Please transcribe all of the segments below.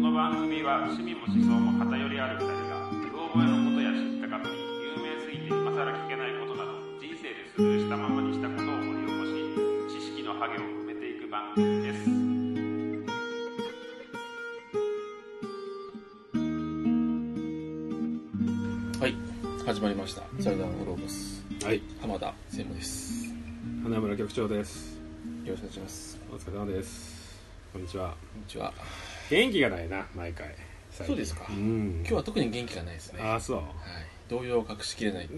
りは趣味も思想も偏りある2人が老後へのことや知ったかぶり有名すぎて今更聞けないことなど人生でスルーしたままにしたことを掘り起こし知識のハゲを埋めていく番組ですはい始まりましたサルダーグローブスはい、浜田専務ですよ花村局長です。ろしくお願いしますお疲れ様です。こんにちは。こんにちは元気がないな、毎回。最近そうですかうん。今日は特に元気がないですねあはいあ、そう。動揺を隠しきれない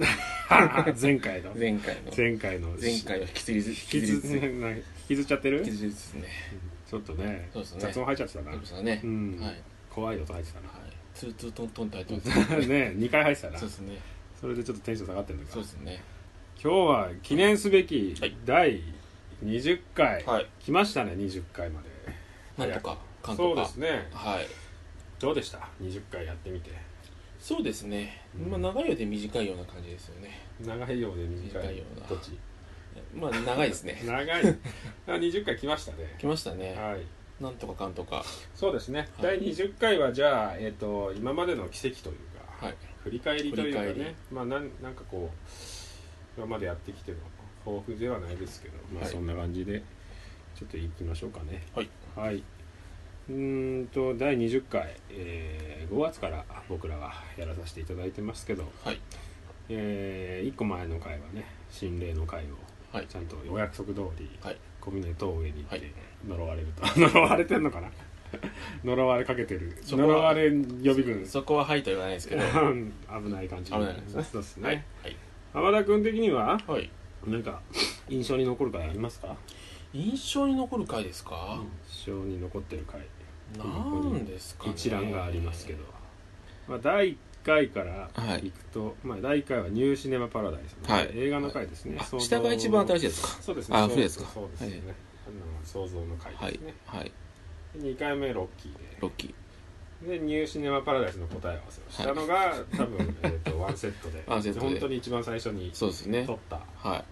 前回の。前回の前回の。前回は引きずりず引引きずず引な引きずっちゃってるき。ずりですねちょっとね。そうですね雑音入っちゃってたなそう。ですねうんはいはい怖い音入ってたな。ツーツートントンって入ってますね、二回入ってたなそう。ですねそれでちょっとテンション下がってるんだけそうど。ですね今日は記念すべきはい第二十回。はい来ましたね、二十回まで。なんとかかんそとうでかすね。はいどうでした。二十回やってみて。そうですねうんまあ長いようで短いような感じですよね長いようで短い短いようなどっちまあ長い ですね長いあ20回来ましたね来ましたねはいなんとかかんとかそうですね、はい第20回はじゃあ、えっと今までの奇跡というか、はい振り返りというか振り返りねまあなんなんかこう今までやってきての抱負ではないですけど、まあ、はいそんな感じでちょっといきましょうかねはいはい、うーんと第20回、え5月から僕らはやらさせていただいてますけど、はいえ1個前の回はね心霊の回をはいちゃんとお約束通り、はい小峰峠に行ってはい呪われると、 呪われてんのかな 呪われかけてるそこは呪われ予備軍そこははいとは言わないですけどは 危ない感じ危ないですねそうですいね、はい浜田君的にははい何か印象に残る回ありますか印象に残る回ですか、印象に残ってる回なんですか、ね、一覧がありますけど、まあ、第1回からはいいくと、まあ、第1回はニューシネマパラダイスの、はい映画の回ですね、あ想像下が一番新しいですかそうですねあそう古いですかそうですね、はあの想像の回はいですね、はいで2回目ロッキーでロッキーでニューシネマパラダイスの答え合わせをしたのが、多分、えー、とワンセットでワンセットで本当に一番最初にそうですね撮ったはい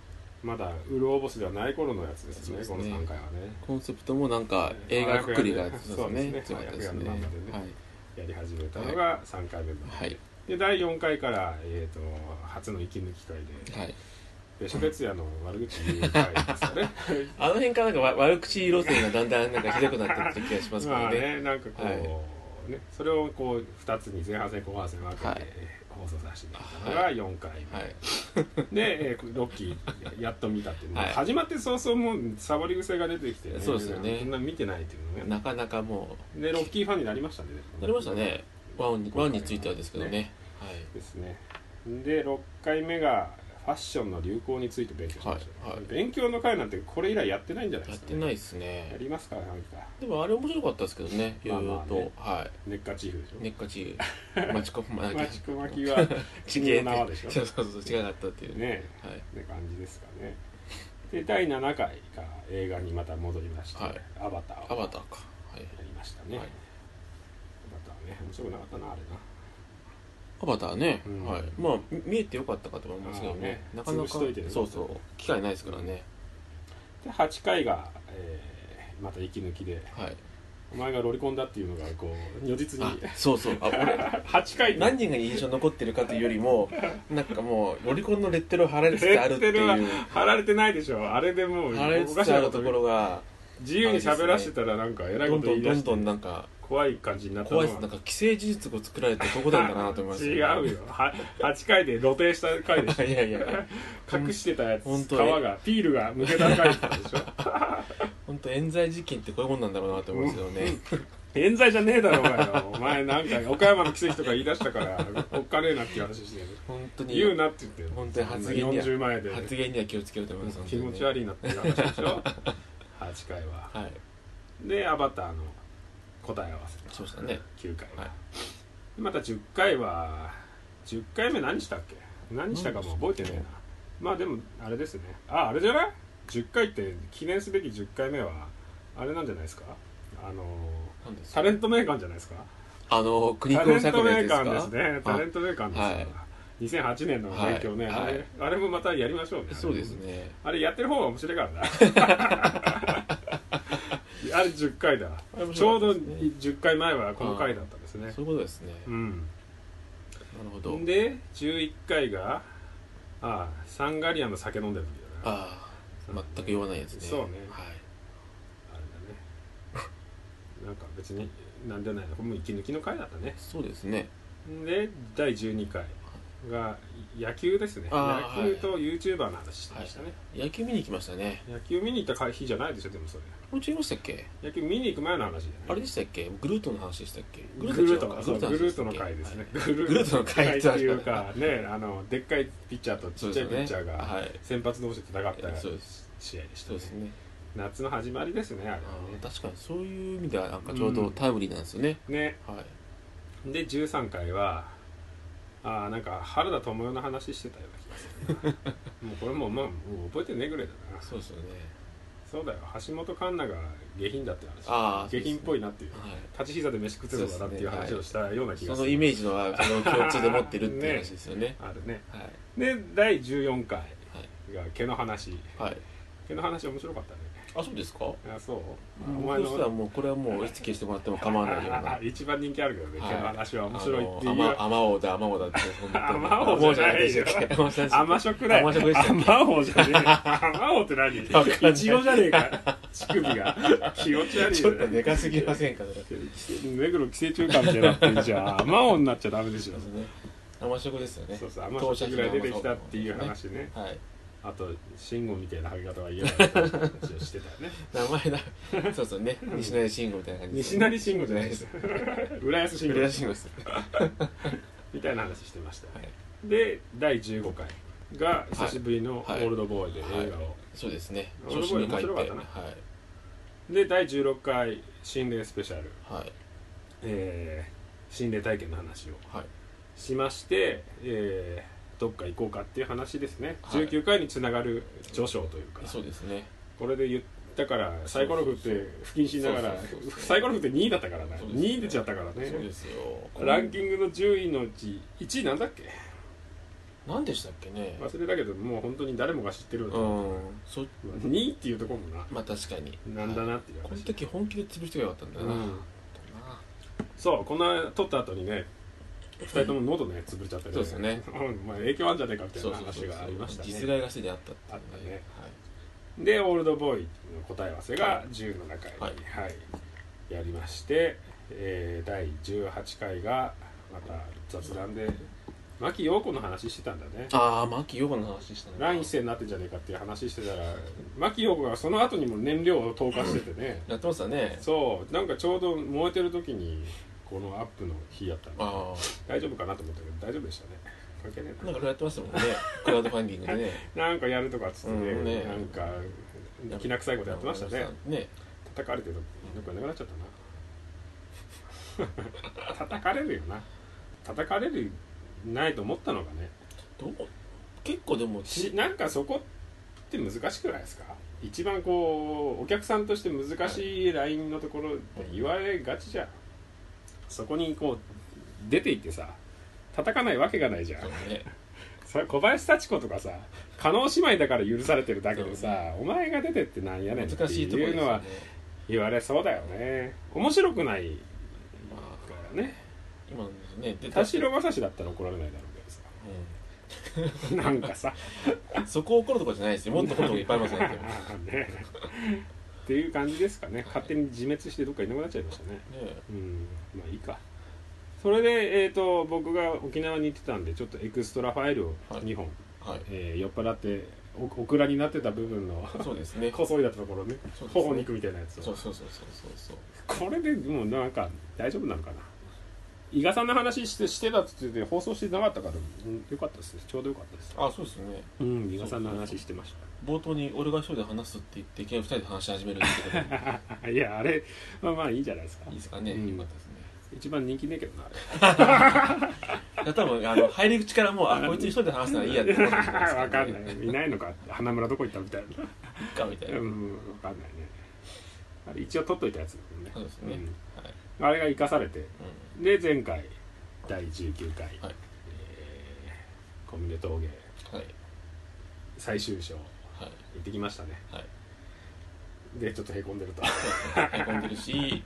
まだウルオボスではない頃のやつですそうねですこねの3回はねコンセプトもなんか映画くくりがそうですね強かったです早くやるねなんかでねやり始めたのが3回目まで、はいはいで第4回から、えー、と初の息抜き会ではい別所哲也の悪口言う会で すかねあの辺からなんかわ悪口路線がだんだんなんかひどくなってきた気がしますけどねまあねなんかこう、はいね、それをこう2つに前半戦後半戦分けて、はい放送させてもらったのが4回目、はいで、えーロッキーやっと見たっていう、はい始まって早々もうサボり癖が出てきて、そうですよねそんな見てないっていうのねなかなかもでロッキーファンになりましたねうなりましたねワンにワンについてはですけどねはいですねで6回目がファッションの流行について勉強しました、はいはい勉強の回なんてこれ以来やってないんじゃないやでっすか、てないですねやりますかなんかでもあれ面白かったですけどねいまあろいろまあと、ねはいネッカチーフでしょ、ネッカ チーマチコママチコマキ はち君の名はでしょそうそうそう違かったっていうねねはいって感じですかねで第7回が映画にまた戻りまして、はいアバターアをやバターかはいりましたね、はいアバターね面白くなかったなあれなアバターね、うんはいまあみ見えてよかったかと思いますけどねあーねなかな潰かしといてねそうそう機会ないですからね、で8回が、えーまた息抜きではいお前がロリコンだっていうのがこう如実あにそうそうあ俺8回何人が印象に残ってるかというよ りもなんかもうロリコンのレッテルを貼られつつあるっレてッテルはい貼られてないでしょあれでもうう貼られつおかしつなあるところが自由に喋らせてたらなんかえらいどこんとど言いんど出んしてどんなんか怖い感じになったのは怖いですなんか既成事実を作られてどこなんだなと 思います 違うよは8回で露呈した回でしょいやいや隠してたやつ本皮当にがピールがむけた回だったでしょ本当冤罪事件ってこういうもんなんだろうなと思うんですけどね、冤罪じゃねえだろうがよお前なんか岡山の奇跡とか言い出したからおっかねえなっていう話してる本当に言うなって言ってる本当に発言には40前で発言には気をつけると思います気持ちい悪いなっていう話でしょ8回ははいでアバターの答え合わせそうしたね9回は、はいまた10回は10回目何したっけ何したかも覚えてねえなまあでもあれですねああれじゃない10回って記念すべき10回目はあれなんじゃないですかあの何ですタレント名鑑じゃないですかあの国タレ久ン保ト作のや名つです鑑でかすねタレント名鑑ですよ、はい2008年の勉強ね、はいあれあれもまたやりましょうねそうですねあれやってる方が面白いからなあれ10回だ、 あれ面ちょ白うかどったですね10回前はこの回だったんですですねそういうことですね、うんなるほどで11回がああサンガリアの酒飲んでる時だなああ全く言わないやつねそうねはいあれだね なんか別になんでもないなこれもう息抜きの回だったねそうですねで第12回が野球ですねああ野球と YouTuber の話してはまいしたね、野球見に行きましたね野球見に行った日じゃないでしょでもそれこれ違いましたっけ野球見に行く前の話だよねあれでしたっけグルートの話でしたっけグルートののそうグルートの回ですね、ググルートの回っていうかねあのでっかいピッチャーとちっちゃいピッチャーそがうですねはい先発同士で戦ったそうです試合でしたそうねですね夏の始まりですねあれはあーね確かにそういう意味ではなんかちょうどタイムリーなんですよね、ねはいで13回はああなんか原田知世の話してたような気がする なもうこれもまあもう覚えてねぐらいだなそうですよねそうだよ橋本環奈が下品だって話ああ下品っぽいなっていうはい立ち膝で飯食ってるのかなっていう話をしたような気がそする、のイメジージの はその共通で持ってるっていう話ですよねあるねはいで第14回はいが毛の話はい毛の話面白かったねあそうですかあそうお前僕としてはのもうこれはもう意識してもらっても構わないようなあ 一番人気あるけどね、はい毛の話は面白いってあいうのあまあまおうだあまおうだって本当に あまおうじゃないよあまおうじゃない甘食だよ甘食でしたっけ甘王じゃ ねえ甘王って何かんないいちごじゃねえか乳首が気持ち悪いよね ちょっとでかすぎませんかそれ目黒寄生虫館みたいになってるじゃん甘王になっちゃダメでしょ甘食ですよねそうそう甘食ぐらい出てきたっていう話ねはいあと慎吾みたいな履き方は嫌だって話をしてたよね名前 だそうそうね西成慎吾みたいな感じです西よね成慎吾じゃないです浦安慎 西成吾慎吾ですみたいな話してました、はいで第15回が久しぶりの「オはいールドボーイ」で映画を、そうですね俺も調子に書いて面白はかっいたなで第16回心霊スペシャル、はいえー心霊体験の話をはいしまして、えーどっか行こうかっていう話ですね、はい19回につながる序章というかそうですねこれで言ったからサイコロ振っそうそうて不謹慎ながらそうそうそうサイコロ振って2位だったからな、そうですね2位出ちゃったからそうねですよランキングの10位のうち1位なんだっけ何でしたっけね忘れたけどもう本当に誰もが知ってるう2んそ位っていうところもなまあ確かになんだなっていうこの話、時本気で潰してがよかったんだような、んそうこの撮った後にね2人とも喉ね潰れちゃってねそうですよ ねうんまあ影響あるんじゃねえかみたいそなうそうそ話うがありました実ね害がしてであったっていうねでオールドボーイの答え合わせがはい17回、ははいいやりまして、えー第18回がまた雑談で牧陽子の話してたんだねはい、ああ牧陽子の話したね乱一世になってんじゃねえかっていう話してたら牧陽子がその後にも燃料を投下しててねやってましたねそうなんかちょうど燃えてる時にこのアップの日やったんであ大丈夫かなと思ったけど大丈夫でしたね関係ねあなんかやってましたもんね クラウドファンディングでねえななんかやるとかっつってね,、うんねなんかきな臭いことやってましたねね叩かれてるよくやんなくなっちゃったな 叩かれるよな叩かれるないと思ったのがねどう結構でもしなんかそこって難しくないですか一番こうお客さんとして難しいラインのところって言われがちじゃんそこにこう出ていってさ叩かないわけがないじゃんねそれ小林幸子とかさ加納姉妹だから許されてるだけでさ、お前が出てってなんやねん難ってしいところいうですのよはね言われそうだよね面白くないまあからね今のねで田代正史だったら怒られないだろうけどさ なんか さうんそこ怒るとこじゃないですよもっと怒るとこいっぱいあります ねねっていう感じですかね勝手に自滅してどっかいなくなっちゃいましたねねうんまあいいかそれで、えー、と僕が沖縄に行ってたんでちょっとエクストラファイルをはい2本、はいえー酔っ払ってオオクラになってた部分のそうですねこそいだったところねそうですね頬肉みたいなやつそをうそうそうそうそうそうこれでもうなんか大丈夫なのかな伊賀さんの話してしてたっつってて放送してなかったから、うん、よかったですねちょうどよかったですあそうですねうん伊賀さんの話してました冒頭に俺が一人で話すって言っていきなり二人で話し始めるってことでいやあれまあまあいいんじゃないですかいいですかね、うんよかったですね一番人気ねえけどな だから多分あの入り口からもうあこいつ一人で話すならいいやって思ってるんあれ わかんいないいないのか花村どこ行ったみたいっかみたいなな、うんわかんないねあれ一応取っといたやつだもんねそうですね、んはあい、れが生かされてうで前回第19回、はいえー小峰峠ん、はい最終章行はいってきましたねはいでちょっとへこんでるとへこんでるし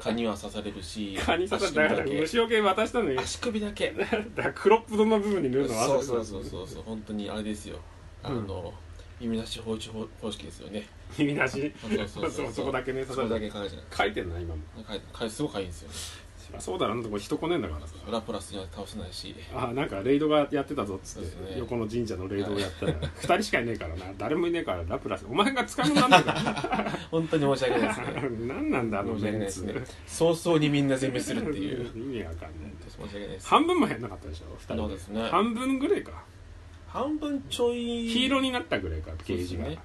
蚊には刺されるし蚊に刺されただから足首だ虫よけ渡したの にけ足首だけだからクロップドの部分に塗るの忘それうてそたうそうそうそう本当にあれですよあの、弓なし包丁方方式ですよね 耳なしそうそう そうそうそこだけね刺そさこだれけ書いてない書いてんな今も書いて書いてすごいかいいんですよねそうだろあんなとこ人来ねえんだからさ裏プラスには倒せないしあなんかレイドがやってたぞっつっそうですて、ね横の神社のレイドをやったら2人しかいねえからな誰もいねえからラプラスお前が使うのなんだか本当に申し訳ないです ねら 何なんだあの申しメ訳ないンですツね早々にみんな全滅するっていう意味わかんない申し訳ないです半分も減んなかったでしょ2人そうですね半分ぐらいか半分ちょい黄色になったぐらいかゲージが、そうで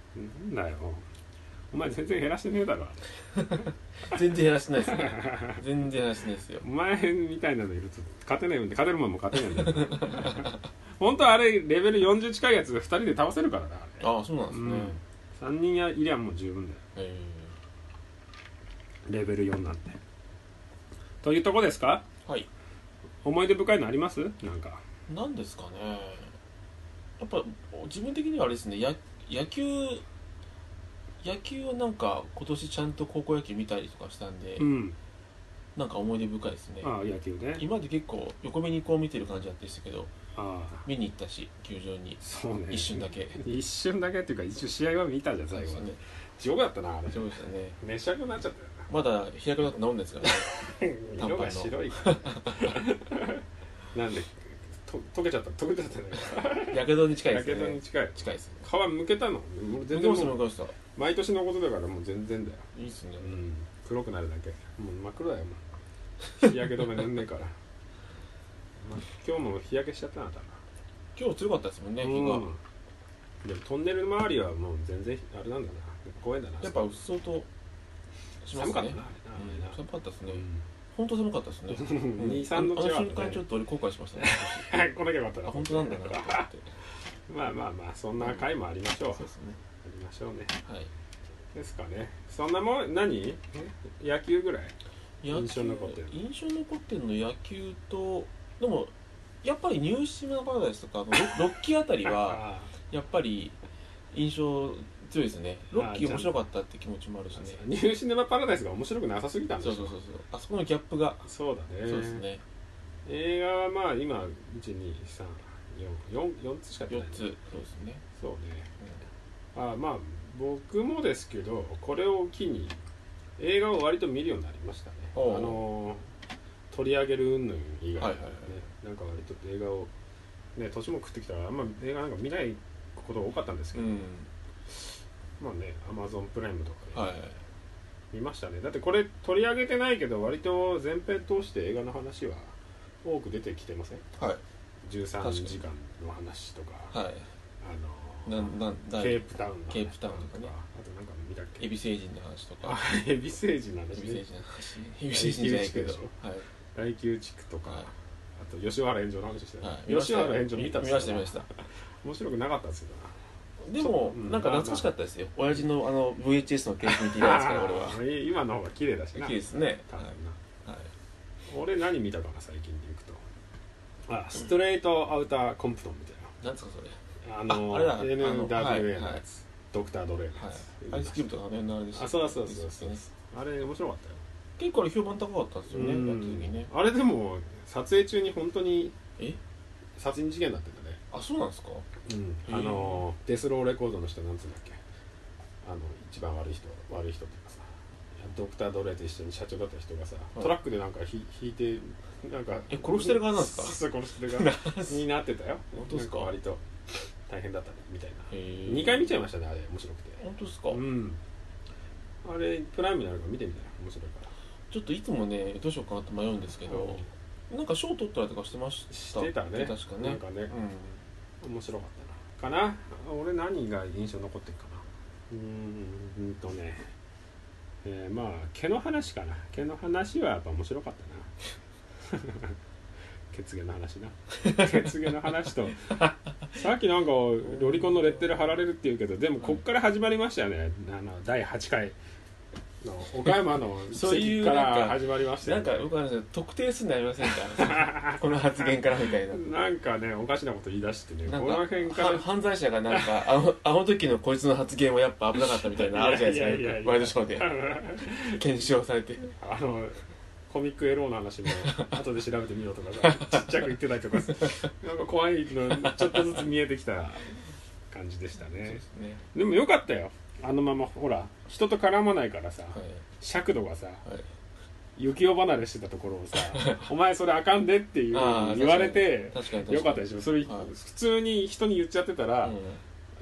すなんだよお前全然減らしてねえだろ全然減らしてないですね 全然減らしてないですよお前みたいなのいると勝てないもんで勝てるもんも勝てないんだから 本当はあれレベル40近いやつ2人で倒せるからなあああそうなんですうね、んれ3人やいりゃもう十分だよえレベル4なんてというとこですかーはい思い出深いのありますなんかなんですかねやっぱ自分的にはあれですねや野球野球はなんか今年ちゃんと高校野球見たりとかしたんで、うんなんか思い出深いですねああ野球ね今まで結構横目にこう見てる感じだったんですけどああ見に行ったし球場にそうね一瞬だけ一瞬だけっていうか一応試合は見たじゃん最後そうはですね地獄だったなあれそうでしたねめちゃくなっちゃったよなまだ開くなって治んないですからねの色が白いからなんでと溶けちゃった溶けちゃったねやけどに近いやですけよどねに近い近いですね皮むけたのもう全然向こうも向うこうした毎年のことだからもう全然だよ、いいですねうん、黒くなるだけもう真っ黒だよもう日焼け止め塗んねえから、ま今日も日焼けしちゃったな多今日強かったですもんね分う日がんでもトンネル周りはもう全然あれなんだな公園だなやっぱうっそうとします寒かったねなうんあ寒かったですねれな、本当寒かったです ねうん、うん23度あのあの違う瞬間ちょっと俺後悔しましたねはい来なきゃよかったあな本当なんだなと思ってまあまあまあそんな回もありましょう、そうですねありましょうねはいですかねそんなもん何野球ぐらい野球印象に残ってる印象に残ってるの野球とでもやっぱりニューシーマパラダイスとかあの ロロッキーあたりはあやっぱり印象強いですねロッキあーー面白かったって気持ちもあるしねーニューシネマパラダイスが面白くなさすぎたんでしそょうそうそうそうあそこのギャップが、そうだねそうですね映画はまあ今1234つしか出4ないつそうですね、そうねあまあ僕もですけどこれを機に映画を割と見るようになりましたねあおうのー取り上げる云々以外、ねはいはいはなんか割と映画をね年も食ってきたからあんま映画なんか見ないことが多かったんですけうど、んまあねアマゾンプライムとかではいはい見ましたね、だってこれ取り上げてないけど割と前編通して映画の話は多く出てきてませんはい確13かに時間の話とかはいあのなんなんだケープタウンの話ケープタウンとかねあとなんか見たっけエビ星人の話とあかエビ星人なんでエすビ星ね人の話エビ星人じゃないけどエビ星人でしはい大宮地区とか、はいあと吉原炎上の話してね、はい吉原炎上見たっ見す見ました見ました面白くなかったですけどなでも、うんなんか懐かしかったですよ、親父のあの VHS のケース見ていたんですから、俺 は。あー今の方が綺麗だし好なきですね。多分なはい。俺何見たかな最近でいくとあストレートアウターコンプトンみたいなんですか、それ。なあのああれだあの NWA のはいはやいつドクター・ドレーのやはいつ、。アイスキューブとかあの辺のあれでした。あそうそうそうそうですねあれ面白かったよ結構あれ評判高かったんですよね、やうんった時ね。あれでも撮影中に本当にえ殺人事件になってたねあ、そうなんですかうん、あのデスローレコードの人なんつうんだっけあの一番悪い人悪い人っていうかさドクター・ドレーと一緒に社長だった人がさ、いトラックでなんかひ引いてなんかえ殺してる側なんです かそう殺してる 側になってたよ本当ですかなん割と大変だったねみたいなへ2回見ちゃいまましたねあれ面白くて本当ですか、うんあれプライムにあるから見てみたい面白いからちょっといつもね、どうしようかなって迷うんですけど、なんか賞取ったりとかしてました。してたね確かなんね。かねう、ん。面白かったなかな俺何が印象残ってるかなうーんうんとねえーまあ毛の話かな毛の話はやっぱ面白かったな 血毛の話な血毛の話 とさっきなんかロリコンのレッテル貼られるっていうけどでもこっから始まりましたよねあの第8回の岡山のそう奇いう跡かなんから始まりましたよなんかよくあるんですよ特定すんのありません かこの発言からみたいななんかねおかしなこと言い出してねなこの辺んかからは犯罪者がな んかあのあの時のこいつの発言はやっぱ危なかったみたいなのあるじゃないいやいやいやいでやすかワイドショーで検証されてあのコミックエローの 話も後で調べてみようとかさちっちゃく言ってたりとかさなんか怖いのちょっとずつ見えてきた感じでしたそうねですねでもよかったよあのままほら人と絡まないからさ、はい尺度がさはい雪を離れしてたところをさ「お前それあかんで」っていうあー言われて確かに確かによかったでしょそれはい普通に人に言っちゃってたら、うん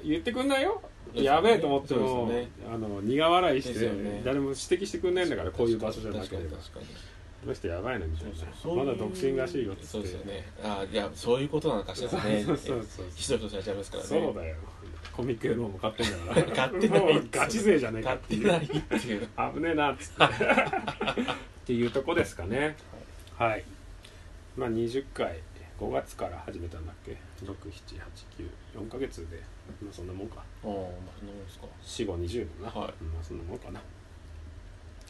言ってくんないよですよねやべえと思っても、そうですあの苦笑いしですて、よね誰も指摘してくんないんだからこういう場所じゃなければこ確かにの人やばいなみたいなそうそうまだ独身らしいよっつってそうですよねああいやそういうことなのかしらねそうそうそうひそひそされちゃいますからねそうだよコミックエローも買ってんだから買ってないもうガチ勢じゃねえか買っってていうないっていう危ねえなっつってっていうとこですかねはいまあ20回5月から始めたんだっけ67894ヶ月で、まあ、そんなもんかああまあそんなもんですか4520だな、はいうんまあそんなもんかな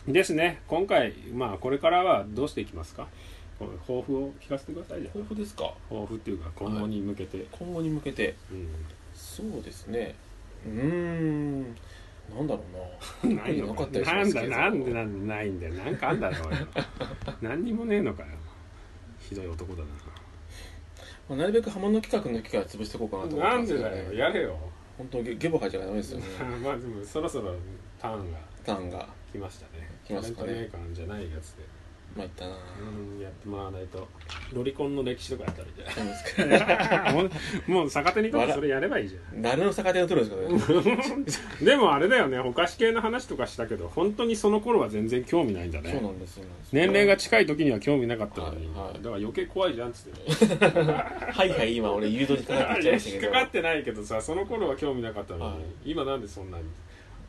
ですね今回まあこれからはどうしていきますかこう抱負を聞かせてくださいじゃん豊富ですか抱負っていうか今後に向けて、今後に向けてそうですねうーんなん だろううなんないのなかかったりしなまんすだけどなんでなんでないんだよなんかあんだろ うよ何にもねえのかよひどい男だなまあ、なるべく浜の企画の機会は潰していこうかなと思っなてんますでけど、ね、だよやれよ本当ゲゲボ吐いちゃダメですよね まあでもそろそろターンがターンが来ましたね来ますかねタレントメーカーじゃないやつでまいったなうんやってもらわないとロリコンの歴史とかやったらいいじゃないそうですか もうもう逆手に立ってそれやればいいじゃ誰の逆手を取るんですかねんでもあれだよねお菓子系の話とかしたけど本当にその頃は全然興味ないんだそうねなんですそうなんです年齢が近い時には興味なかったのに、はいはいだから余計怖いじゃんっつってはいはい今俺誘導にかかってきいちゃいやました引っけかどかってないけどさその頃は興味なかったのに、はい今なんでそんなに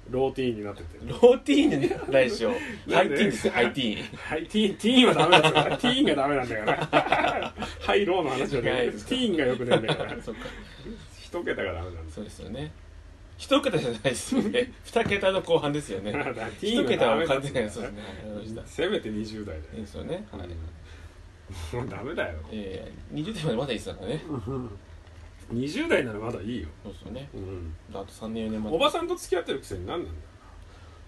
ローティーンになっててローティーンじゃないでしょハイティーンですよハイティーンはい、ティーン、ティーンはダメだよ。ティーンがダメなんだ から。ハイローの話ははね、いティーンがよくねえんだから。 そっか一桁がダメなんだそうですよね一桁じゃないですよね二桁の後半ですよねだから。ティー 一ンが桁ダメはだ完っつ全うにんだそうですねわかりましたせめて20代いいですよねはいで。もうダメだよ。えー、20代までまだいいですからね20代ならまだいいよ。そうですよねうんあと3年4年までおばさんと付き合ってるくせに何なん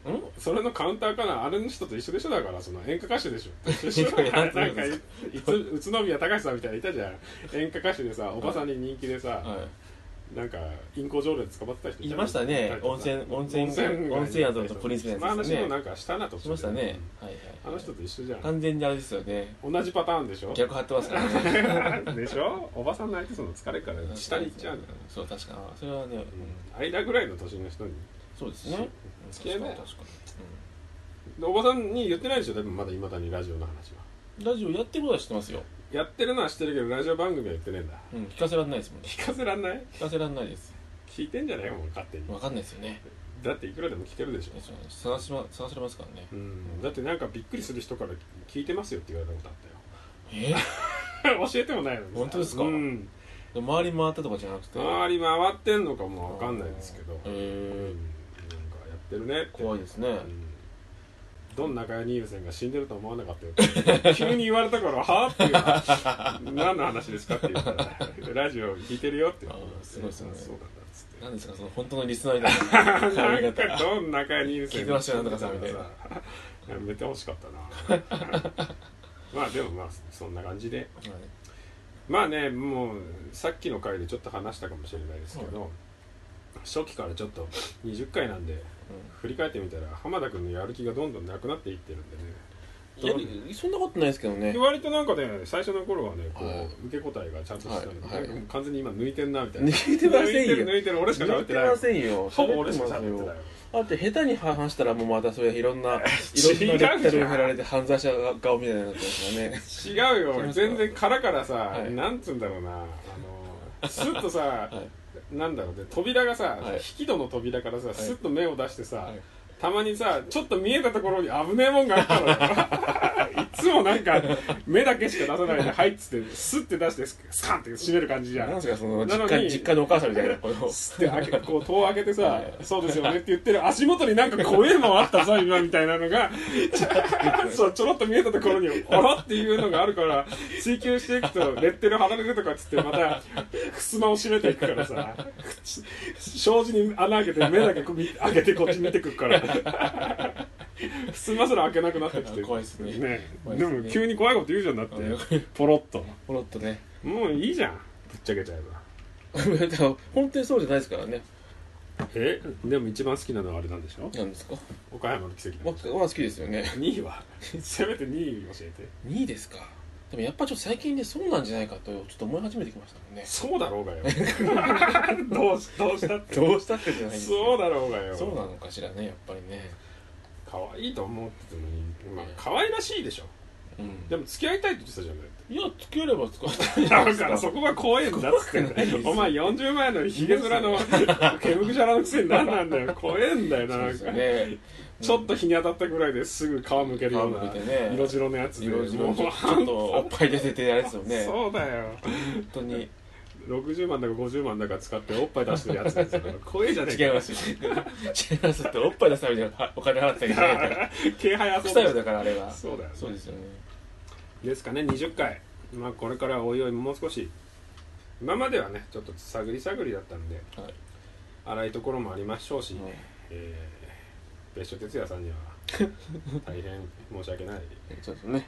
だよんそれのカウンターかなあれの人と一緒でしょだからその演歌歌手でし ょ一緒いやなんかそうですいつ宇都宮隆さんみたいないたじゃん演歌歌手でさおばさんに人気でさ、はなんかインコ条例捕まってた人いいましたね温泉温泉温泉宿とプリンスみたいななややつつでそのすね話もなんかしたなとしましたね、はいうんあはいの人と一緒じゃん完全にあれですよね同じパターンでしょ逆張ってますからねでしょおばさんの相手その疲れから 下に行っちゃうんだよそう確かにそれはね、うん間ぐらいの年の人にそうですね付き合いなよ確かに確かでおばさんに言ってないでしょでもまだいまだにラジオの話はに、うんラジオやってることは知ってますよ、やってるのは知ってるけどラジオ番組は言ってねえんだうん、聞かせられないですもんね聞かせらんない聞かせられないです聞いてんじゃないよもう勝手にわかんないですよねだっていくらでも聞けるでしょそうなんです探し、ま、探されますからねうんだってなんかびっくりする人から聞いてますよって言われたことあったよ え教えてもないのにさ本当ですかうんで回り回ったとかじゃなくて周り回ってんのかもわかんないですけど、えうんなんー、かやってるねって怖いですね、うんどんな中谷優先が死んでると思わなかったよって急に言われたからはあっていう何の話ですかって言ったらラジオ聞いてるよって言われてあーすごいですねあそうなんだっつってなんですかその本当のリスナーみたいなな髪んか型どんな中谷優先聞いてましたよなんとかさんみたいなやめてほしかったな まあでもまあそんな感じでまあねもうさっきの回でちょっと話したかもしれないですけど、初期からちょっと20回なんで振り返ってみたら浜田君のやる気がどんどんなくなっていってるんでねいやりそんなことないですけどねで割となんかね最初の頃はねこう、はい受け答えがちゃんとしてたんで、はいはいなんかもう完全に今抜いてんなみたいな抜いてません抜いてるよ抜いてる俺しか抜喋っいててないませんよほぼ俺しか喋って喋なっいてだって下手に話したらもうまたそれいろ んないろんなレッテルを貼られて犯罪者顔みたいになってますからね違うよ全然殻からさ、はいなんつうんだろうなあのスッと さ、なんだろうね扉がさ、はい引き戸の扉からさ、スッと目を出してさ、はいたまにさちょっと見えたところに危ねえもんがあったのよ いつもなんか目だけしか出さないで「はい」っつってスッて出してススカンって閉める感じじゃなんんですかそのなの実家に実家のお母さんみたいなこのスッて開けこう戸を開けてさはい「そうですよね」って言ってる足元になんか怖えもんあったさ今みたいなの がちょそうちょろっと見えたところに「あら?」っていうのがあるから追求していくとレッテル貼られるとかっつってまた襖を閉めていくからさ口障子に穴開けて目だけこう見開けてこっち見てくるから襖すら開けなくなってきて怖いっすね怖いっですねも急に怖いこと言うじゃんだってうポロッとポロッとね もういいじゃんぶっちゃけちゃえばだから本当にそうじゃないですからねえでも一番好きなのはあれなんでしょなんですか岡山の奇跡僕は好きですよね2位は せめて2位教えて2位ですかでもやっぱちょっと最近ねそうなんじゃないかとちょっと思い始めてきましたもんねそうだろうがよ どうしどうしたってどうしたってじゃないんですそうだだろうがよそうなのかしらねやっぱりね可愛いと思っててもいいまあ可愛らしいでしょうんでも付き合いたいって言ってたじゃんだいやつければ使えってだからそこが怖いんだっつって怖くないですお前40前のヒゲ面の毛むくじゃらのくせに何なんだよ怖えんだよなそうなでんすかよねちょっと日に当たったぐらいですぐ皮むけるよう皮なむけてね色白のやつで色も々うちょっとおっぱい出ててあれですよね本そうだよ当に60万だか50万だか使っておっぱい出してるやつですよ怖えじゃねえか 違います違いますっておっぱい出すためにお金払ってたけどねだから気配遊ぶ臭いよだからあれはそうだよねそうですよねですかね20回まあこれからおいおいもう少し今まではねちょっと探り探りだったんではい荒いところもありましょうし、うんえー別所哲也さ んには大変申し訳ないそうですね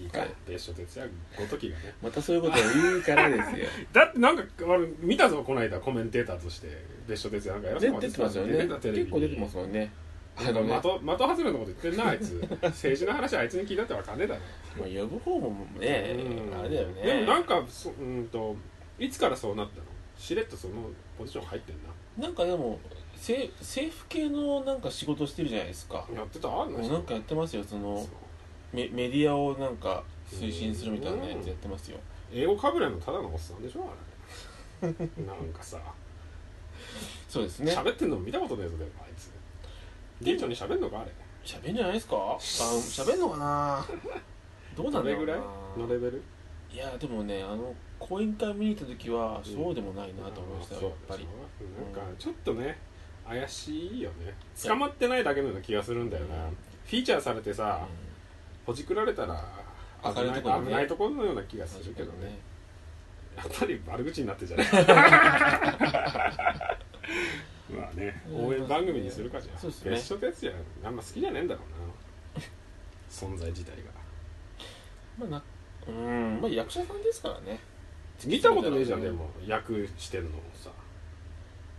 いいか、はい別所哲也ごときがねまたそういうことを言うからですよだってなんかあの見たぞこの間コメンテーターとして別所哲也なんかやらせね出てますよね結構出てますもんねあ的のね外れのこと言ってんなあいつ政治の話あいつに聞いたってわかんねえだろまあ、呼ぶ方もね、うんあれだよねでもなんかそうんといつからそうなったのしれっとそのポジション入ってんななんかでもせ政府系のなんか仕事してるじゃないですかやってたあんのなんかやってますよそのそうメメディアをなんか推進するみたいなやつやってますよ英語かぶれのただのおっさんでしょあれ なんかさそうですね喋ってんのも見たことねえぞでもあいつ流暢に喋んのかあれ喋んじゃないですかあ喋んのかなどうなどんだれろうぐらないのレベルいやでもねあの講演会見に行った時はそうでもないなと思いましたよ、そうやっぱりなんかちょっとね怪しいよね捕まってないだけのような気がするんだよな、うんフィーチャーされてさ、ほじくられたら危明るいなといころね危ないところのような気がす確るかけどにねねやっぱり悪口になってんじゃない まあね応援番組にするかじゃあそうですね別所哲也あんま好きじゃねえんだろうな存在自体がまあなうんまあ役者さんですからね見たことねえじゃんでうんも役してるのもさ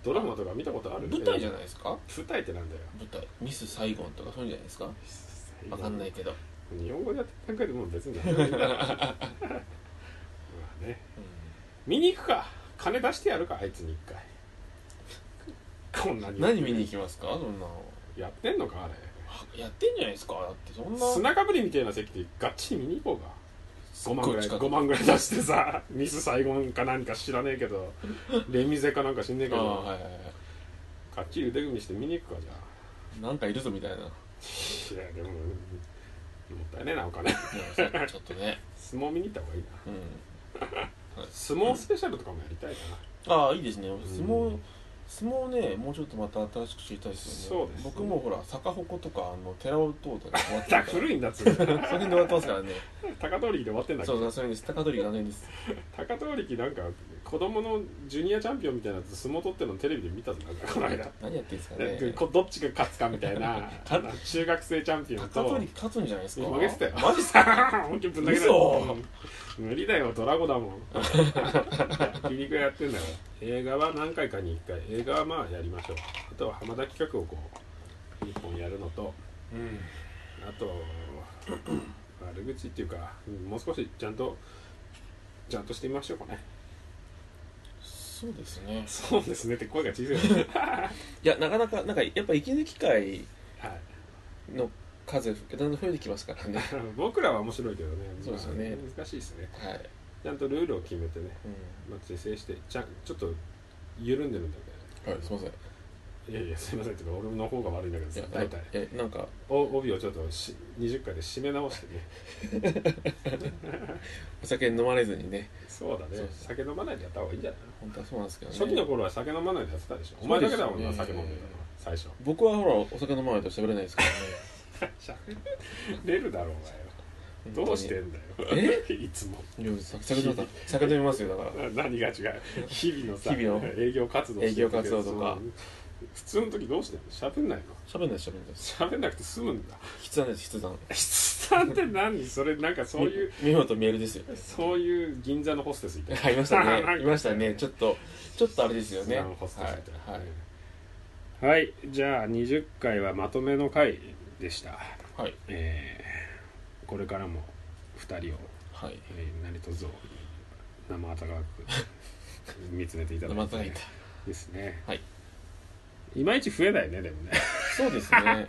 ドラマとか見たことある舞台じゃいないですか舞台ってなんだよ舞台ミス・サイゴンとかそういうんじゃないですかわかんないけど、日本語でやってる段階でもう別に何でもいいん だからまあね見に行くか金出してやるかあいつに一回こんなに何見に行きますかそんなのやってんのかあれあやってんじゃないですかだってそんな砂かぶりみたいな席でガッチリ見に行こうかす5っ万ごぐいらい近5く万ぐらい出してさミスサイゴンか何か知らねえけどレミゼかなんか知んねえけあど、あはいはいはガッチリ腕組みして見に行くかじゃいなんかいるぞみた いないやあいやでももったいねえなお金そうちょっとね相撲見に行った方がいいなうん相撲スペシャルとかもやりたいな、ああいいですね相う撲ん相撲ねもうちょっとまた新しく知りたいですそようねです僕もほら坂鉾とかあの寺尾等とか終 わってだるかから古いんだっつうのらそれで終わってます からね高取力で終わってんだっけそうそうそれです高取りがねです高取力なんか子供のジュニアチャンピオンみたいなやつ相撲取ってるのテレビで見たぞなんかこの間何やってんですかなんねかこどっちが勝つかみたい な勝中学生チャンピオンと高 取り勝つんじゃないですか負けてたよ マジっすか本気ぶん投げられた嘘うん無理だよドラゴだもん 焼肉屋やってんだから映画は何回かに1回映画はまあやりましょうあとは浜田企画をこう1本やるのとうんあと 悪口っていうかもう少しちゃんとちゃんとしてみましょうかねそうですねそうですねって 声が小さいいやなかなかなんかやっぱ息抜き会はいの数だんだん増えてきますからね 僕らは面白いけどねそうですよまねあ難しいですねはい、ちゃんとルールを決めてね、うまあ、是正してちゃんちょっと緩んでるんだよねん、はいすいませんえいやいやすいませんっていうか俺の方が悪いんだけどいさや大体えなんかお帯をちょっとし20回で締め直してねお酒飲まれずにねそうだねそうそう酒飲まないでやった方がいいんじゃない本当はそうなんですけどね初期の頃は酒飲まないでやってたでしょお前だけだもんな、酒飲んでたのは最初僕はほらお酒飲まないと喋れないですからね出るだろうがよどうして本んだよ えいつも当にいや酒飲みます酒飲みますよだからな何が違う日々のさ日々の営業活動してる時営業活動とかそう普通の時どうしてんの喋んないの喋んないです喋んないです喋んなくて済むんだ筆談です筆談筆談って何それなんかそういうみ見事メールですよそういう銀座のホステスみたいなはいいまし たなんかねいましたねちょっとちょっとあれですよねスはナンホステスみたいな、い、はいはいじゃあ20回はまとめの回でした、はいえーこれからも2人を、はいえー何卒生温かく見つめていただまいたて、いたです ねはいいまいち増えないねでもねそうですね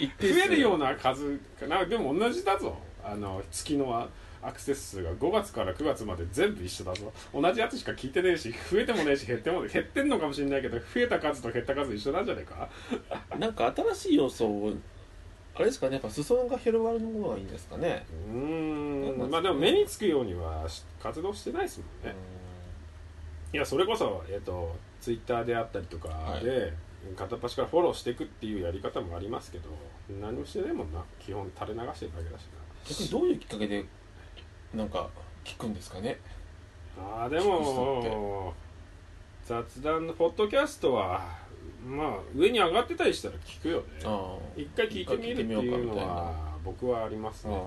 一増定数えるような数かなでも同じだぞあの月のアクセス数が5月から9月まで全部一緒だぞ同じやつしか聞いてねえし増えてもねえし減っても減ってんのかもしれないけど増えた数と減った数一緒なんじゃないかなんか新しい要素をあれですかねやっぱ裾野が広がるのがいいんですかねうーなんんまなあんですでもかね目につくようにはし活動してないですもんね、いやそれこそ、えっとツイッターであったりとかで、片っ端からフォローしていくっていうやり方もありますけど何もしてないもんな基本垂れ流してるだけだし逆にどういうきっかけでなんか聞くんですかねなあーで聞く人も雑談のポッドキャストはまあ上に上がってたりしたら聞くよねああ一回聞いてみるっていうのは僕はありますあね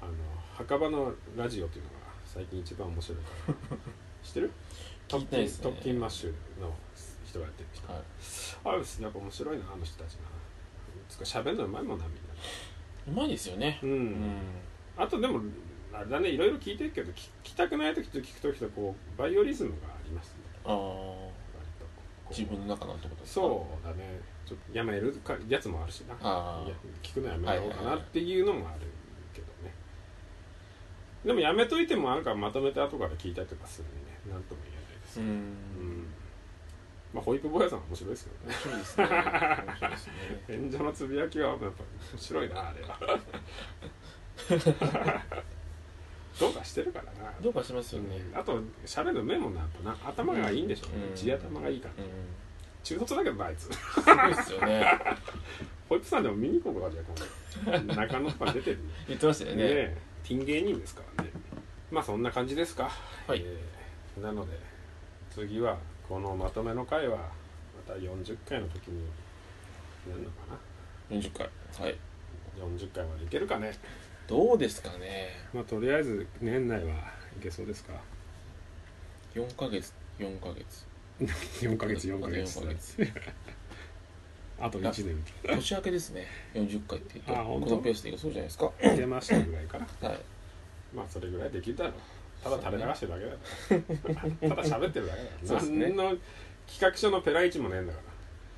あの墓場のラジオっていうのが最近一番面白いから 知ってる聞いてないですね特勤マッシュの人がやってる人あはいあれですねやっぱ面白いなあの人たちなつうか喋るのうまいもんなみんなうまいですよねうん、あとでもあれだねいろいろ聞いてるけど聞聞きたくない時と聞く時とこうバイオリズムがありますねああ割とこう自分の中のってことですかそうだねちょっとやめるかやつもあるしなあいあや聞くのやめようかなっていうのもあるけどね、でもやめといてもなんかまとめて後から聞いたりとかするんでねなんとも言えないですううんまあホイップ坊やさんは面白いですけどね面白いですね面白いですね演者のつぶやきはやっぱ面白いなあれ はどうかしてるからなどうかしますよねうんあと喋るの目もなやっぱな頭がいいんでしょうねうん地頭がいいからうん中卒だけどなあいつすごいですよねホイップさんでも見に行こうかじゃあ今度中野とか出てるね言ってましたよねねピン芸人ですからねまあそんな感じですかはいえーなので次はこのまとめの回はまた40回の時にやるのか40回はいな40回までいけるかねどうですかねまあとりあえず年内はいけそうですか4ヶ月4ヶ月4ヶ月4ヶ月あと4ヶあと1年年明けですね40回って言うとあ本こ当のペースでいけそうじゃないですかはいいけましたぐらいからまあそれぐらいできるだろうただ垂れ流してるだけだ からただ喋ってるだけだからそうですね何の企画書のペライチもねえんだから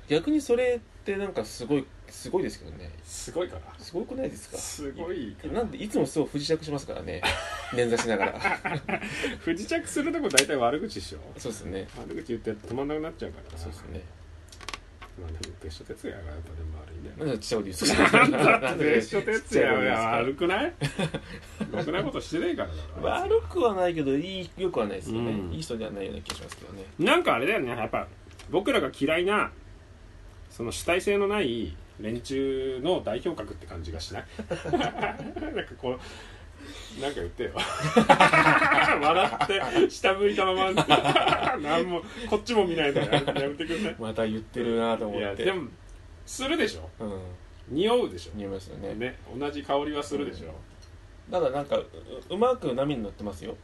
逆にそれってなんかすごいすごいですけどねすごいからすごくないですかすごいからなんでいつもそう不時着しますから ね捻挫しながら不時着するとこ大体悪口でしょそうですね悪口言って止まんなくなっちゃうからなそうですねまあでも別所哲也がやっぱでも悪いんだよなんでちっちゃいこと言うんですかな 別所哲也は悪く ないろくなことしてねえからだからあいつ悪くはないけどいいよくはないですよね、うんいい人ではないような気がしますけどねなんかあれだよねやっぱ僕らが嫌いなその主体性のない連中の代表格って感じがしない なんかこうなんか言ってよ 笑って下向いたまま なんもこっちも見ないでややめてくださいまた言ってるなと思いやってでもするでしょうん匂うでしょ見えますよねね同じ香りはするでしょ、ただなんかううまく波に乗ってますよ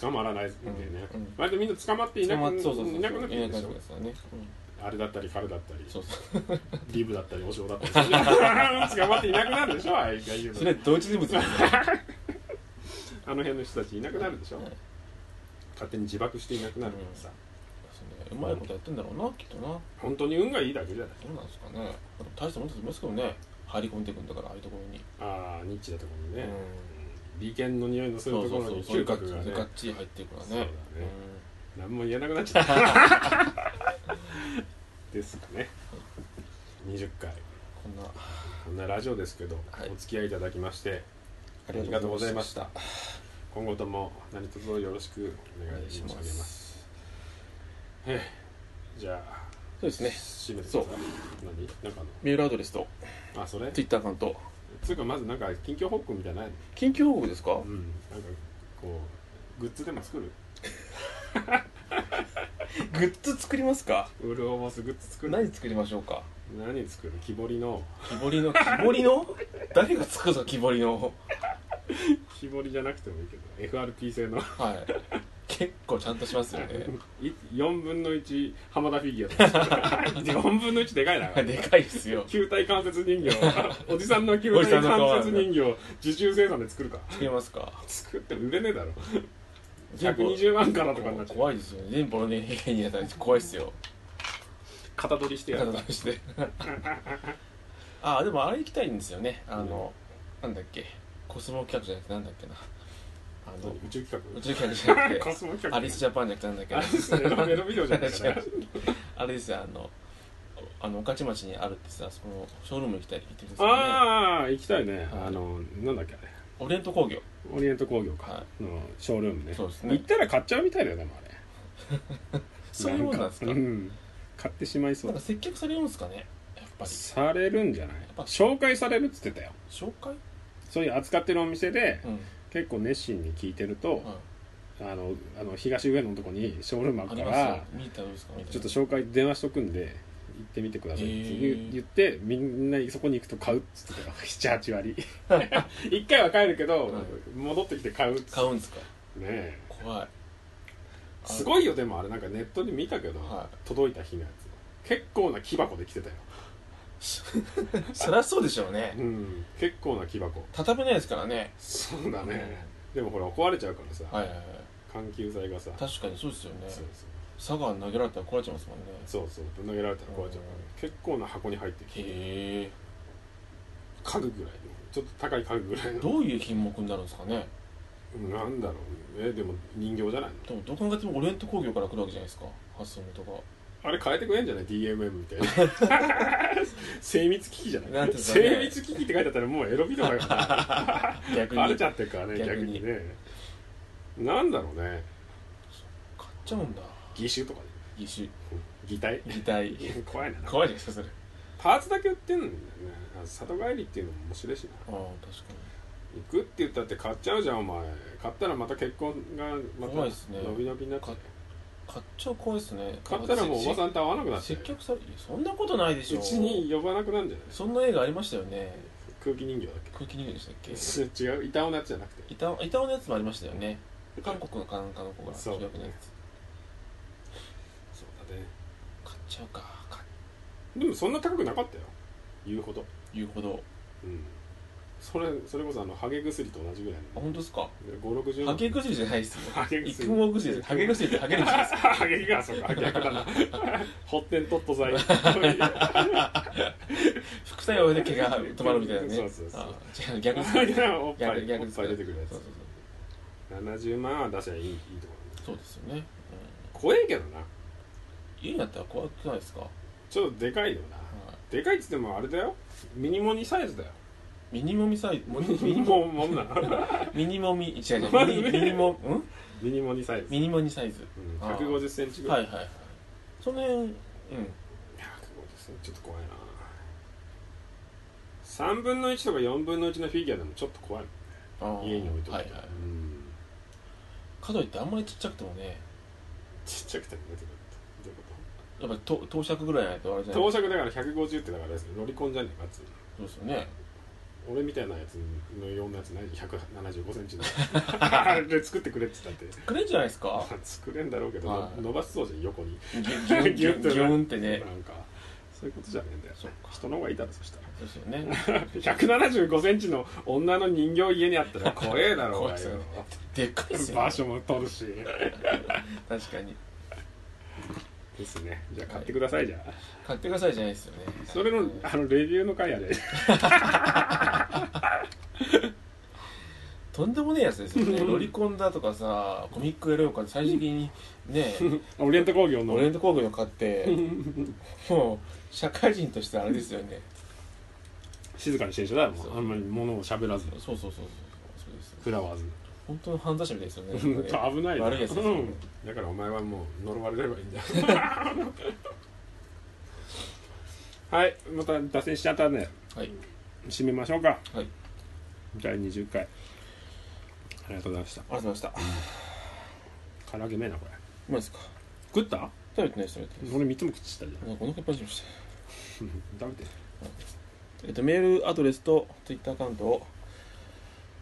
捕まらないんだよね、うんうん割とみんな捕まっていなくそうそうそうそういなくなっているなでしくなっょてますよね、うんあれだったり彼だったりそうそうリブだったりお嬢だった りそういう捕まっていなくなるでしょああいうのそれ同一人物ですねあの辺の人たちいなくなるでしょ、はい勝手に自爆していなくなるからさ、うまいことやってんだろうなきっとなど本当に運がいいだけじゃないうなんですかねでも大したもんだと思いますけどね入り込んでくんだからああいうところに、ああニッチだところにうね、ん利権の匂いのするところに嗅覚がねがっちり入っていくからねそうだねうん 何も言えなくなっちゃったですかね20回こんなこんなラジオですけど、はいお付き合いいただきましてあありがとうございました今後とも何卒よろしくおお願願いい申しし上げまますすええじゃあそうですね締めてくそだうさい何なんかメールアドレスとあのあそれツイッターアカウントつうかまずなんか近況報告みたいなのない緊急報告ですか、のうんなんかこうグッズでも作るグッズ作りますかウルオボスグッズ作る何作りましょうか何作る木彫りの木彫りの木彫りの誰が作るの木彫りの木彫りじゃなくてもいいけど FRP 製のはい結構ちゃんとしますよねい4分の1浜田フィギュアと か4分の1でかいなでかいですよ球体関節人形おじさんの球おじさ体んの顔関節人形受注生産で作るか作りますか作っても売れねえだろ全部120万からとかになっちゃう怖いですよね全部ボロネヘにやったら怖いですよ型取りしてやる体として ああでもあれ行きたいんですよねあの、なんだっけコスモ企画じゃなくてなんだっけなあの宇宙企宇画宙企画じゃなく コてスモ企画アリスジャパンじゃなくてなんだっけアなリスのエロビデオじゃないか違らうあれですよあのあの御徒町にあるってさそのショールーム行きたいって言ってるんですよねああ行きたいねはいあのなんだっけあれオリエント工業オリエント工業かはのショールームねそうですね行ったら買っちゃうみたいだよでもあれそういうもんなんですかうなんん買ってしまいそうか接客されるんですかねやっぱりされるんじゃないぱ紹介されるっつってたよ紹介そういう扱ってるお店でうん、結構熱心に聞いてるとはいあのあの東上野のとこにショールームああるかりますよら見たらどうですかみたいなちょっと紹介電話しとくんで行ってみてくださいって言うへー言ってみんなそこに行くと買うっつってたよ78割 一回は帰るけどはい戻ってきて買うっつっ買うんですかてねえ怖いすごいよでもあれなんかネットで見たけどは届いた日のやつ結構な木箱で来てたよそりゃそうでしょうねうん結構な木箱畳めないですからねそうだねでもほら壊れちゃうからさはいはいはい緩急剤がさそう確かにそうですよねそう佐賀投げられたら壊れちゃいますもんねそうそうぶん投げられたら壊れちゃうからうん結構な箱に入ってきてへえ家具ぐらいのちょっと高い家具ぐらいのどういう品目になるんですかねなんだろうねでも人形じゃないのでもどう考えてもオレント工業から来るわけじゃないですか発想とかあれ変えてくれんじゃない DMM みたいな 精密機器じゃな、ないんて言うん精だろうね密機器って書いてあったらもうエロビデオだか逆らにバレち買っゃってるからね逆逆ににねなんだろうねちゃうんだ義手とかね義擬態手擬態怖いな怖いですかそれパーツだけ売ってんだよねあ里帰りっていうのも面白いしなああ確かに行くって言ったって買っちゃうじゃんお前買ったらまた結婚がまた怖いっすね伸び伸びになって買っ買っちゃう怖いですね買ったらもうおばさんと会わなくなっちゃ接う客されいやそんなことないでしうょちに呼ばなくなるんじゃないそんな映画ありましたよね空気人形だっ 空気人形でしたっけけ違う板尾のやつじゃなくて板尾板尾のやつもありましたよね韓国のかなんかの子がそう主役のやつそうだね買っちゃうか買っでもそんな高くなかったよ言うほど言うほどうんそれそれこそあのハゲ薬と同じぐらいあの本当ですか560ハゲ薬じゃないですよハゲ薬育毛薬ですハゲ薬ってハゲるん ですハゲがそうか逆だなホッテントット剤副作用で毛が止まるみたいなねそうそうそうあ違う逆です かおっぱ逆い逆おでっすぱい出てくるやそうつそう70万は出せばいいいいところそうそうですよね、うん、怖えけどな家になったら怖くないですか、はいちょっとでかいよなでかいっつってもあれだよミニモニサイズだよミニモミサイズミミニニモモもんな ミニモミ違う違 まうあミニミニモ うんミニモニサイズ、ミニモニサイズうん、あー150センチぐらはいいはいはいその辺うん150センチちょっと怖いな3分の1とか4分の1のフィギュアでもちょっと怖いあー家に置いとくはいとはいうんかといってあんまりちっちゃくてもねちっちゃくても出てくるってどういうこやっぱりと投射ぐらいないとあれじゃないとですか到着だから150ってだからロリコンじゃねえかっつうのそうですよね俺みたいなやつのようなやつない175センチの あれ作ってくれって言ったってくれんじゃないですかまあ 作れんだろうけど、はい伸ばしそうじゃん横にギュン ギュンギュンギュンってねなんかそういうことじゃねえんだよそうか人の方がいいだろそしたらそうですよね 175センチの女の人形家にあったら怖えだろお 怖前いでよすよねでっかいですよ場ね所も取るし確かにですねじゃあ買ってくださいじゃあ買ってくださいじゃないですよねそれのあのレビューの回やで東とんでもねえやつですよねロリコンだとかさコミックエロよか最終的に ねオリエント工業のオレンジ工業を買ってもう社会人としてあれですよね静かにしてる人だよもそううあんまり物を喋らずそうそうそうそうそうですフラワーズ本当の犯罪者みたいですよねうんと 危ないね悪いやつですよねうんだからお前はもう呪われればいいんだよ はいまた脱線しちゃったんではい締めましょうかはい第20回ありがとうございましたありがとうございました唐揚げめえなこれうまいですか食った食べてないです食べてないです俺3つも食ってたじなんかお腹いっぱいにしましたゃん 食べてえっと、メールアドレスとツイッターアカウントを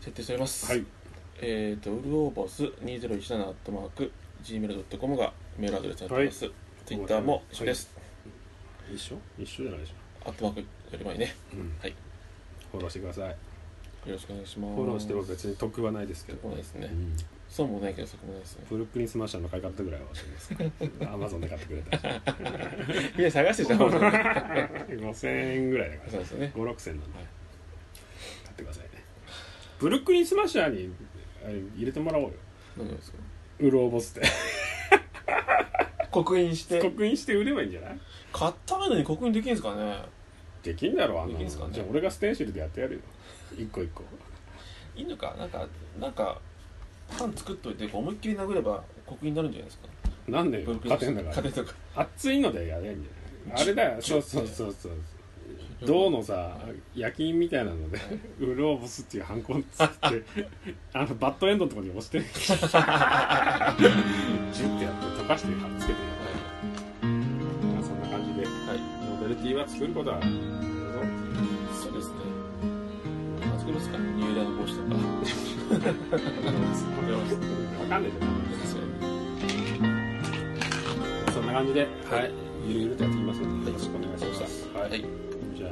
設定しております。はいえっと、ウルオーボス2017アットマーク gmail.com がメールアドレスになってます。ツイッターも一緒です。一緒一緒じゃないでしょ、アットマークより前ね。うんはいフォローしてくださいよろしくお願いします。フォローしても別に得はないですけど、そうですねう。ん損もないけど、そこもないですね。ブルックリンスマッシャーの買い方ぐらいはしますから アマゾンで買ってくれたしいや、探してたもん ね。 5000円ぐらいだからそうですね。 5 6千なんで、はい買ってくださいねブルックリンスマッシャーにあれ入れてもらおうよ何ですかウローボスって刻印して。 刻印して売ればいいんじゃない買ったのに刻印できるんですかねできんだろあんでなきんのすかねじゃあ俺がステンシルでやってやるよ一個一個いいのかなんか、なんか、パン作っといて、こう思いっきり殴れば刻印になるんじゃないですかなんでよ勝てんだから勝てんだか熱いのでやれんじゃないあれだよちそょうそうそうそうら銅のさ夜勤みたいなので「ウローボス」っていうハンコをつ ってあのバッドエンドのとこに押してジュッてやって溶かして貼っつけてやるまあそんな感じではい、はいノベルティは作ることはそうですね。あそこですかユーラの帽子とか。 分かんねえじゃんそんな感じではいゆるゆるとやっていきますのでよろしくお願いしますははいい。はい。じゃあ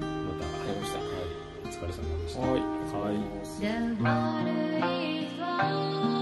またわかりましたはいお疲れ様でしたはい。はいい。 The water is warm.